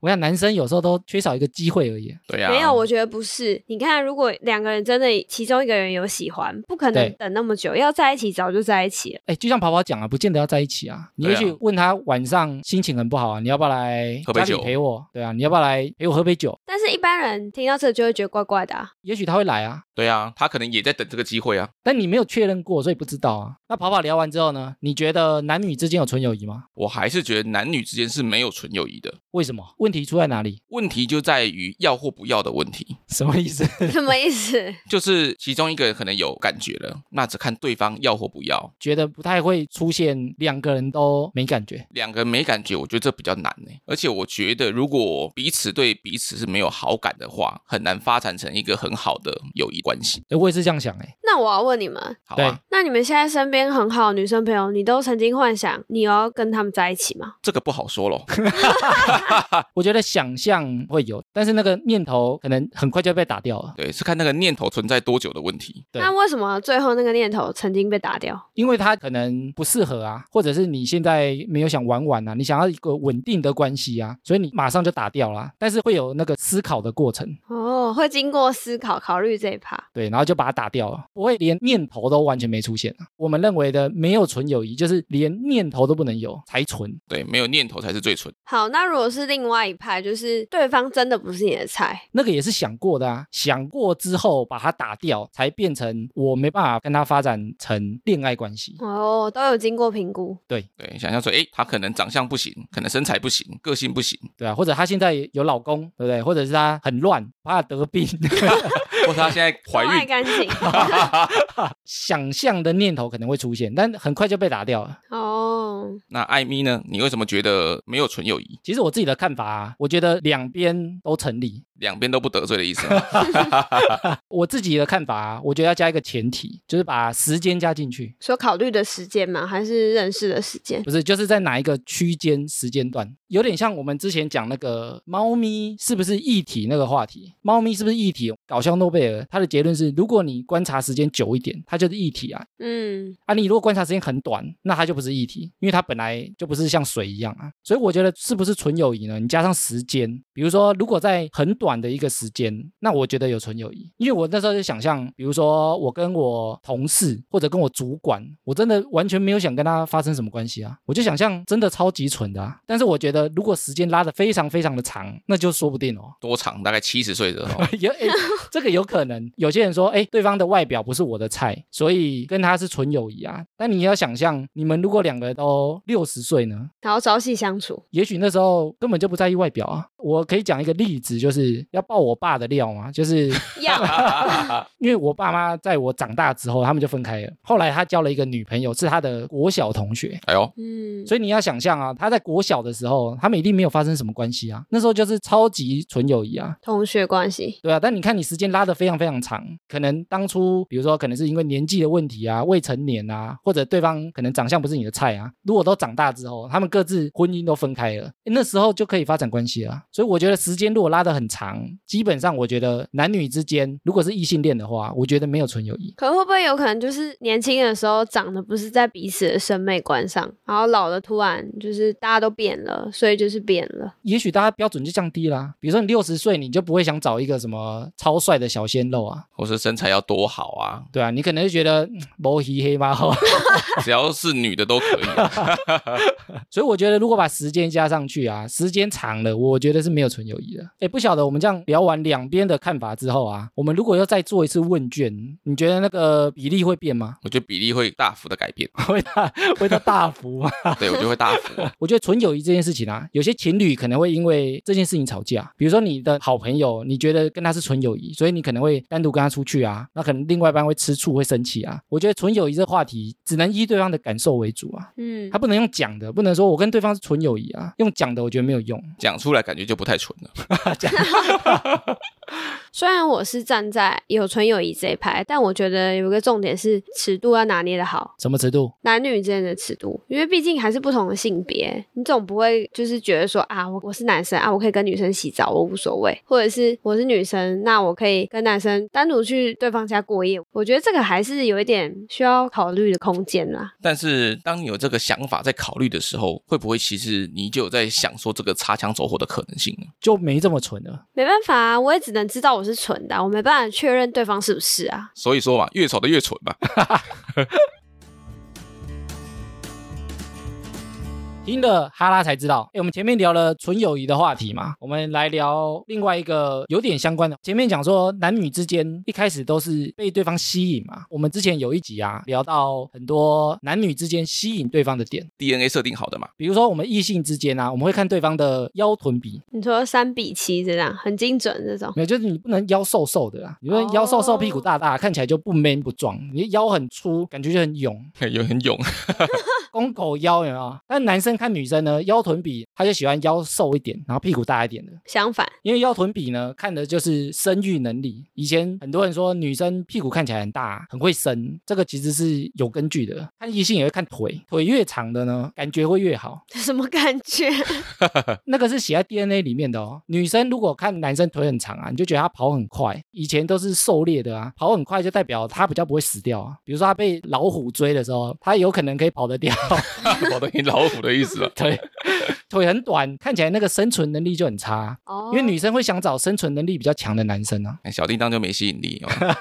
我想男生有时候都缺少一个机会而已。对呀、啊，没有，我觉得不是。你看，如果两个人真的其中一个人有喜欢，不可能对等那么久，要在一起早就在一起了。哎，就像跑跑讲啊，不见得要在一起啊。你也对啊许问他晚上心情很不好啊，你要不要来喝杯家里酒陪我？对啊，你要不要来陪我喝杯酒？但是，一般人听到这就会觉得怪怪的、啊。 也许他会来啊，对啊，他可能也在等这个机会啊。但你没有确认过，所以不知道啊。那跑跑聊完之后呢？你觉得男女之间有纯友谊吗？我还是觉得男女之间是没有纯友谊的，为什么？问题出在哪里？ 问题就在于要或不要的问题。什么意思？ 什么意思？就是其中一个人可能有感觉了，那只看对方要或不要。觉得不太会出现两个人都没感觉。两个人没感觉，我觉得这比较难呢。而且我觉得，如果彼此对彼此是没有好感的话，很难发展成一个很好的友谊关系。哎，我也是这样想哎、那我要问你们，好对啊，那你们现在身边很好的女生朋友，你都曾经幻想你要跟他们在一起吗？这个不好说咯。我觉得想象会有，但是那个念头可能很快就被打掉了，对，是看那个念头存在多久的问题。对那为什么最后那个念头曾经被打掉？因为他可能不适合啊，或者是你现在没有想玩玩啊，你想要一个稳定的关系啊，所以你马上就打掉啦。但是会有那个思考的过程，哦，会经过思考考虑这一趴。对，然后就把它打掉了，不会连念头都完全没出现啊。我们认为的没有纯友谊，就是连念头都不能有才纯。对，没有念头才是最纯。好，那如果是另外一派，就是对方真的不是你的菜。那个也是想过的啊，想过之后把它打掉，才变成我没办法跟他发展成恋爱关系。哦，都有经过评估，对，想象说，诶，他可能长相不行，可能身材不行，个性不行，对啊，或者她现在有老公，对不对？或者是她很乱，怕得病，或者他现在怀都爱孕，干净。想象的念头可能会出现，但很快就被打掉了。哦，那艾米呢？你为什么觉得没有纯友谊？其实我自己的看法、啊，我觉得两边都成立。两边都不得罪的意思吗？ 我自己的看法、啊，我觉得要加一个前提，就是把时间加进去，说考虑的时间嘛，还是认识的时间？不是就是在哪一个区间时间段，有点像我们之前讲那个猫咪是不是一体那个话题，猫咪是不是一体？搞笑诺贝尔他的结论是，如果你观察时间久一点，它就是一体啊。嗯，啊，你如果观察时间很短，那它就不是一体，因为它本来就不是像水一样啊。所以我觉得是不是纯友谊呢？你加上时间，比如说如果在很短的一个时间，那我觉得有纯友谊，因为我那时候就想象，比如说我跟我同事或者跟我主管，我真的完全没有想跟他发生什么关系啊，我就想象真的超级蠢的啊。但是我觉得如果时间拉得非常非常的长，那就说不定哦。多长？大概七十岁的时候， 有、诶这个有可能。有些人说，哎、对方的外表不是我的菜，所以跟他是纯友谊啊。但你要想象，你们如果两个都六十岁呢，然后朝夕 相处，也许那时候根本就不在意外表啊。我可以讲一个例子，就是要爆我爸的料嘛，就是要哎因为我爸妈在我长大之后，他们就分开了。后来他交了一个女朋友，是他的国小同学。哎呦，嗯，所以你要想象啊，他在国小的时候，他们一定没有发生什么关系啊，那时候就是超级纯友谊啊。同学关系，对啊，但你看你时间拉得非常非常长，可能当初比如说可能是因为年纪的问题啊，未成年啊，或者对方可能长相不是你的菜啊。如果都长大之后，他们各自婚姻都分开了，诶那时候就可以发展关系了。啊所以我觉得时间如果拉得很长，基本上我觉得男女之间如果是异性恋的话，我觉得没有纯友谊。可会不会有可能就是年轻的时候长得不是在彼此的审美观上，然后老了突然就是大家都变了，所以就是变了。也许大家标准就降低啦，比如说你六十岁，你就不会想找一个什么超帅的小鲜肉啊，或是身材要多好啊？对啊，你可能就觉得摸黑黑嘛吼。只要是女的都可以、啊。 所以我觉得，如果把时间加上去啊，时间长了，我觉得是没有纯友谊的。哎，不晓得我们这样聊完两边的看法之后啊，我们如果要再做一次问卷，你觉得那个比例会变吗？ 我觉得比例会大幅的改变，会大会到大幅吗？对我就会大幅。 我觉得纯友谊这件事情啊，有些情侣可能会因为这件事情吵架。比如说你的好朋友，你觉得跟他是纯友谊，所以你可能会单独跟他出去啊，那可能另外一半会吃醋、会生气啊。我觉得纯友谊这话题只能依对方的感受为主啊，嗯他，不能用讲的，不能说我跟对方是纯友谊啊，用讲的我觉得没有用。讲出来感觉就不太纯了。虽然我是站在有纯友谊这一派，但我觉得有一个重点是尺度要拿捏的好。什么尺度？男女之间的尺度，因为毕竟还是不同的性别，你总不会就是觉得说啊，我我是男生啊，我可以跟女生洗澡，我无所谓，或者是我是女生，那我可以跟男生单独去对方家过夜。我觉得这个还是有一点需要考虑的空间啦。但是当你有这个想法在考虑的时候，会不会其实你就有在想说这个擦枪走火的可能性呢？就没这么蠢了。没办法啊，我也只能知道我是蠢的啊，我没办法确认对方是不是啊。所以说嘛，越丑的越蠢嘛。听了哈拉才知道，哎，我们前面聊了纯友谊的话题嘛，我们来聊另外一个有点相关的。前面讲说男女之间一开始都是被对方吸引嘛，我们之前有一集啊聊到很多男女之间吸引对方的点， DNA 设定好的嘛， 比如说我们异性之间啊，我们会看对方的腰臀比，你说三比七这样很精准这种，没有，就是你不能腰瘦瘦的啊啦，你说腰瘦瘦屁股大大，看起来就不 man 不壮，你腰很粗，感觉就很勇，有很 勇，公狗腰有没有？但男生看女生呢，腰臀比他就喜欢腰瘦一点，然后屁股大一点的，相反， 因为腰臀比呢看的就是生育能力。以前很多人说女生屁股看起来很大，很会生，这个其实是有根据的。看异性也会看腿，腿越长的呢，感觉会越好，什么感觉？那个是写在 DNA 里面的哦。女生如果看男生腿很长啊，你就觉得他跑很快，以前都是狩猎的啊，跑很快就代表他比较不会死掉啊。比如说他被老虎追的时候，他有可能可以跑得掉。我等于老虎的意思了。对，腿很短，看起来那个生存能力就很差。哦，因为女生会想找生存能力比较强的男生啊，哎小叮当就没吸引力哦。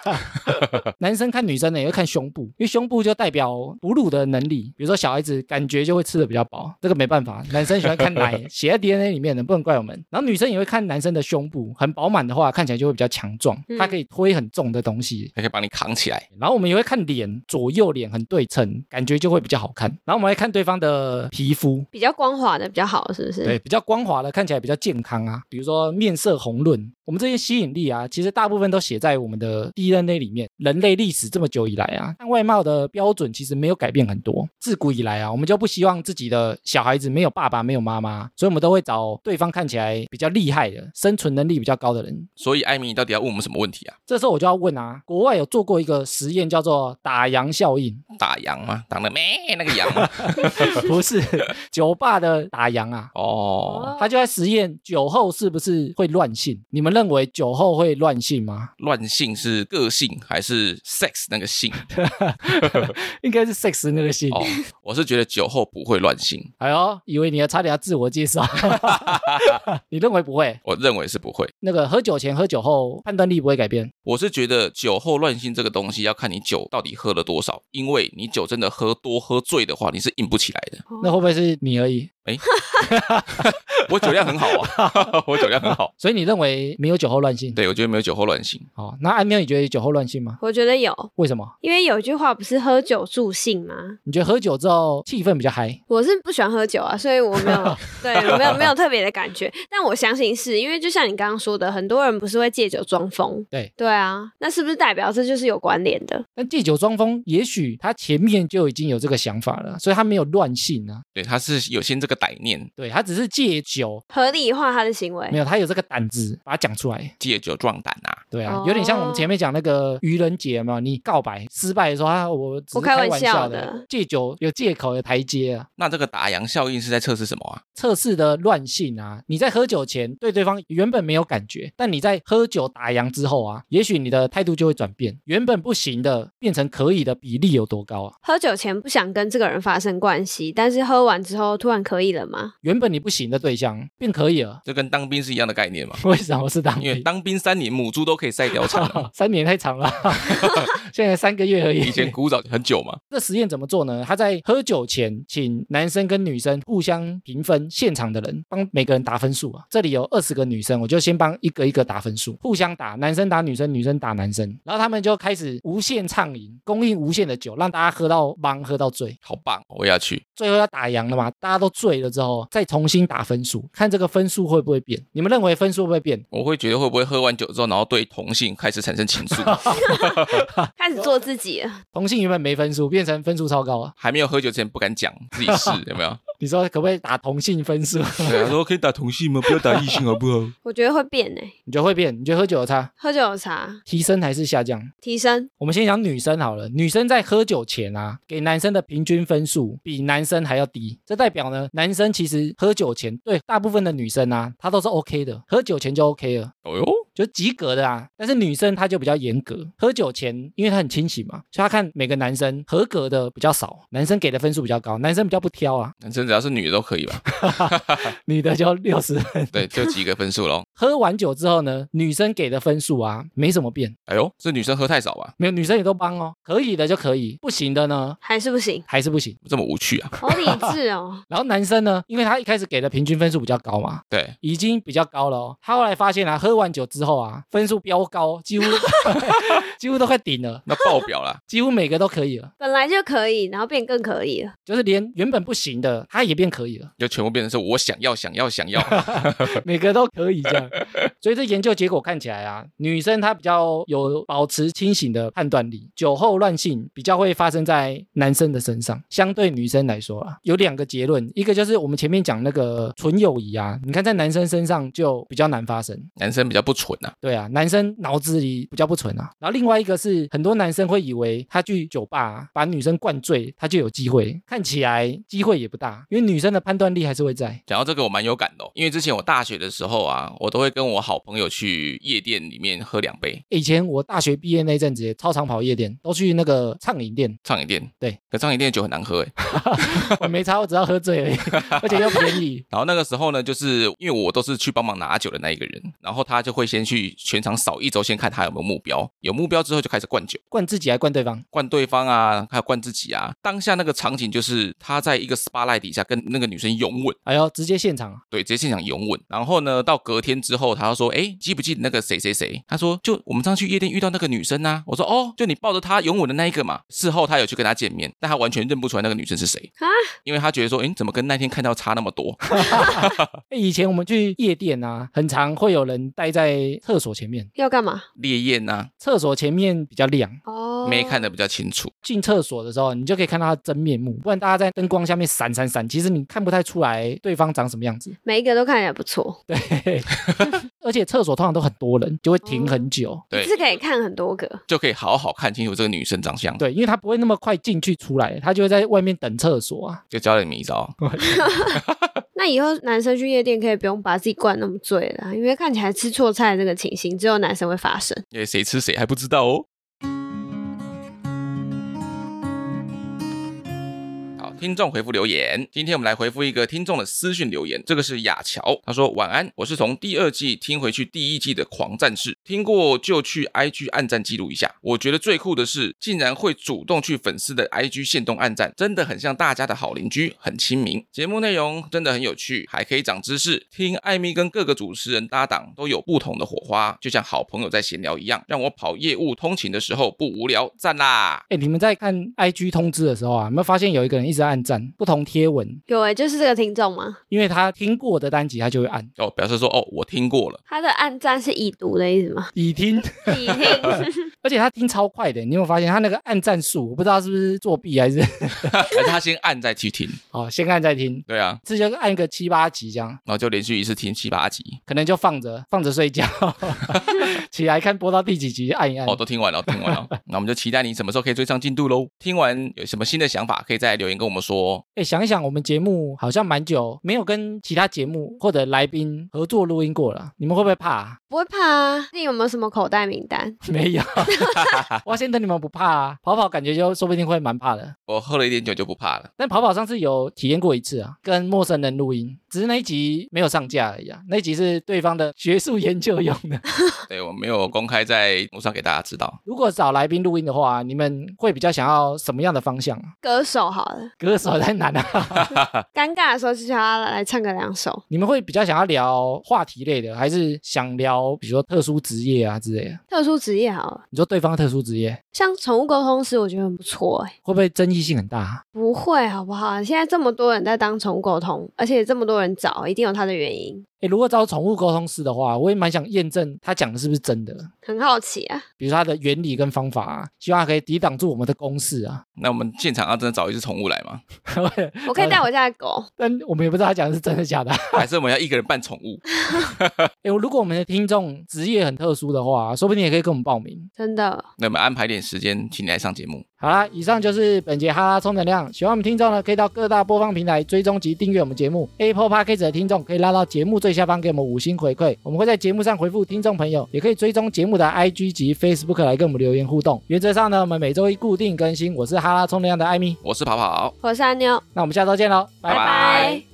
男生看女生呢也会看胸部，因为胸部就代表哺乳的能力。比如说小孩子感觉就会吃的比较饱，这个没办法，男生喜欢看奶，写在 DNA 里面的，不能怪我们。然后女生也会看男生的胸部，很饱满的话看起来就会比较强壮，嗯他可以推很重的东西，还可以帮你扛起来，然后我们也会看脸，左右脸很对称，感觉就会比较好看。然后我们还看对方的皮肤，比较光滑的比较好，是不是？对，，比较光滑的，看起来比较健康啊。比如说面色红润，我们这些吸引力啊，其实大部分都写在我们的 DNA 里面。人类历史这么久以来啊，看外貌的标准其实没有改变很多。自古以来啊，我们就不希望自己的小孩子没有爸爸、没有妈妈，所以我们都会找对方看起来比较厉害的、生存能力比较高的人。所以艾米，你到底要问我们什么问题啊？这时候我就要问啊，国外有做过一个实验，叫做打烊效应。 打烊吗？打了咩？那个烊吗？不是酒吧的打烊啊，哦，他就在实验酒后是不是会乱性。你们认为酒后会乱性吗？乱性是个性还是 sex 那个性？ 应该是 sex 那个性。 哦，我是觉得酒后不会乱性，哎呦，以为你要差点要自我介 绍，你认为不会？我认为是不会。那个喝酒前、喝酒后判断力不会改变。我是觉得酒后乱性这个东西要看你酒到底喝了多少，因为你酒真的喝多喝醉的话，你是硬不起来的。那哦会不会是你而已？我酒量很好啊， 我酒量很好。所以你认为没有酒后乱性？对，我觉得没有酒后乱性，好、那安喵，你觉得酒后乱性吗？我觉得有，为什么？因为有一句话不是喝酒助兴吗？你觉得喝酒之后气氛比较嗨？我是不喜欢喝酒啊，所以我 没有对我没有没有特别的感觉。但我相信是因为就像你刚刚说的，很多人不是会借酒装疯。对对啊，那是不是代表这就是有关联的？但借酒装疯，也许他前面就已经有这个想法了，所以他没有乱性啊。对，他是有先这个歹念，对他只是借酒合理化他的行为没。有，他有这个胆子把它讲出来。借酒壮胆啊。对啊，哦有点像我们前面讲那个愚人节嘛，你告白失败的时候啊，我只是我开玩玩笑笑的借酒有借口有台阶啊。那这个打烊效应是在测试什么啊？测试的乱性啊，你在喝酒前对对方原本没有感觉，但你在喝酒打烊之后啊，也许你的态度就会转变，原本不行的变成可以的比例有多高啊？喝酒前不想跟这个人发生关系，但是喝完之后突然可以了吗？原本你不行的对象变可以了，这跟当兵是一样的概念嘛？为什么是当因为兵？当兵三年，母猪都可以晒貂蝉 啊。三年太长了，现在三个月而已。以前古早很久嘛，这实验怎么做呢？他在喝酒前，请男生跟女生互相评分现场的人，帮每个人打分数啊。这里有二十个女生，我就先帮一个一个打分数，互相打，男生打女生，女生打男生，然后他们就开始无限畅饮，供应无限的酒，让大家喝到忙，喝到醉。好棒，我也要去。最后要打烊了嘛，大家都醉了之后，再重新打分数，看这个分数会不会变。你们认为分数会不会变？我会觉得会不会喝完酒之后，然后对同性开始产生情 愫？开始做自己了，同性原本没分数，变成分数超高啊！还没有喝酒之前不敢讲，自己 试有没有？你说可不可以打同性分数？ 对啊，说可以打同性吗？不要打异性好啊不好？我觉得会变呢、欸你觉得会变？你觉得喝酒有差？喝酒有茶提升还是下降？提升，我们先讲女生好了，女生在喝酒前啊，给男生的平均分数比男生还要低，这代表呢，男生其实喝酒前对大部分的女生啊，她都是 OK 的，喝酒前就 OK 了。 哦哟，就及格的啊，但是女生她就比较严格，喝酒前因为她很清醒嘛，所以她看每个男生合格的比较少，男生给的分数比较高，男生比较不挑啊，男生只要是女的都可以吧？女的就六十分。 对，就及格分数喽。喝完酒之后呢，女生给的分数啊没什么变，哎呦，这女生喝太少吧？没有女生也都帮哦，可以的就可以，不行的呢还是不行，还是不行。。这么无趣啊？好理智哦然后男生呢，因为他一开始给的平均分数比较高嘛，对，已经比较高了哦。他后来发现啊，喝完酒之后啊，分数飙高，几乎 几乎都快顶了，。那爆表啦几乎每个都可以了，本来就可以，然后变更可以了，就是连原本不行的，他也变可以 了，就全部变成是我想要，想要，想 要。每个都可以这样。所以这研究结果看起来啊，女生她比较有保持清醒的判断力，酒后乱性比较会发生在男生的身上，相对女生来说啊，有两个结论，一个就是我们前面讲那个纯友谊啊，你看在男生身上就比较难发生。男生比较不蠢啊，对啊，男生脑子里比较不纯啊。然后另外一个是，很多男生会以为他去酒吧、把女生灌醉，他就有机会，看起来机会也不大。啦，因为女生的判断力还是会在。讲到这个，我蛮有感的哦、因为之前我大学的时候啊，我都会跟我好朋友去夜店里面喝两杯，以前我大学毕业那阵子，也超常跑夜店，都去那个畅饮店畅饮店。对，可畅饮店的酒很难喝欸诶。我没差，我只要喝醉而已， 而且又便宜。然后那个时候呢，就是因为我都是去帮忙拿酒的那一个人，然后他就会先去全场扫一周，先看他有没有目标，有目标之后就开始灌酒，灌自己还灌对方，灌对方啊，还有灌自己啊。当下那个场景就是他在一个 SPA light 底下跟那个女生拥吻，哎呦，直接现场啊对，直接现场拥吻。然后呢，到隔天之后，他就说：“哎，记不记得那个谁谁谁？”他说：“就我们上次去夜店遇到那个女生啊。”我说：“哦，就你抱着她拥吻的那一个嘛。”事后他有去跟她见面，但他完全认不出来那个女生是谁啊，因为他觉得说：“哎，怎么跟那天看到差那么多 哎以前我们去夜店啊，很常会有人待在厕所前面，要干嘛？”烈焰呐、厕所前面比较亮，哦，没看得比较清楚。进厕所的时候你就可以看到他真面目，不然大家在灯光下面闪闪闪，其实你看不太出来对方长什么样子。每一个都看起来不错， 而且厕所通常都很多人，就会停很久。对是可以看很多个。就可以好好看清楚这个女生长相。对，因为他不会那么快进去出来，他就会在外面等厕所啊。就教你们一招， 那以后男生去夜店可以不用把自己灌那么醉了，因为看起来吃错菜这个情形只有男生会发生。因为谁吃谁还不知道哦。好，听众回复留言，今天我们来回复一个听众的私讯留言，这个是雅乔，他说晚安，我是从第二季听回去第一季的狂战士，听过就去 IG 暗赞记录一下。我觉得最酷的是，竟然会主动去粉丝的 IG 线动暗赞，真的很像大家的好邻居，很亲民。节目内容真的很有趣，还可以长知识。听艾米跟各个主持人搭档都有不同的火花，就像好朋友在闲聊一样，让我跑业务通勤的时候不无聊，赞啦！哎，你们在看 IG 通知的时候啊，有没有发现有一个人一直按赞不同贴文？有诶、就是这个听众吗？因为他听过的单集，他就会按哦，表示说哦，我听过了。他的暗赞是已读的意思吗？已听，已听，而且他听超快的。你有没有发现他那个按赞数？我不知道是不是作弊还是 还是他先按再去听，哦，先按再听，对啊，这就按个七八集这样，然后就连续一次听七八集，可能就放着放着睡觉， 起来看播到第几集按一按。哦，都听完了，听完了，那我们就期待你什么时候可以追上进度喽。听完有什么新的想法，可以再留言跟我们说哦。哎、想一想，我们节目好像蛮久没有跟其他节目或者来宾合作录音过了，你们会不会怕、啊？不会怕啊。你有没有什么口袋名单？没有，我先等你们不怕啊，跑跑感觉就说不定会蛮怕的。我喝了一点酒就不怕了。但跑跑上次有体验过一次啊，跟陌生人录音，只是那一集没有上架而已啊，那一集是对方的学术研究用的。对我没有公开在网上给大家知道，如果找来宾录音的话，你们会比较想要什么样的方向 啊？歌手好了，歌手太难啊，尴尬的时候就叫他来唱个两首。你们会比较想要聊话题类的，还是想聊比如说特殊职业啊之类的？特殊职业好了，你说对方特殊职业像宠物沟通师，我觉得很不错哎、会不会争议性很大啊、不会好不好？现在这么多人在当宠物沟通，而且这么多人找，一定有他的原因。诶，如果找宠物沟通师的话，我也蛮想验证他讲的是不是真的，很好奇啊，比如说它的原理跟方法啊，希望它可以抵挡住我们的攻势啊。 那我们现场要真的找一只宠物来吗？我可以带我家的狗，但我们也不知道他讲的是真的假的啊。还是我们要一个人扮宠物？诶，如果我们的听众职业很特殊的话，啊说不定也可以跟我们报名。真的。那我们安排点时间，请你来上节目。好啦，以上就是本节哈拉充能量。喜欢我们听众呢，可以到各大播放平台追踪及订阅我们节目。Apple Podcast 的听众可以拉到节目最下方给我们五星回馈，我们会在节目上回复听众朋友，也可以追踪节目的 IG 及 Facebook 来跟我们留言互动。原则上呢，我们每周一固定更新。我是哈拉充能量的艾米，我是跑跑，我是安妞，那我们下周见喽，拜拜拜拜。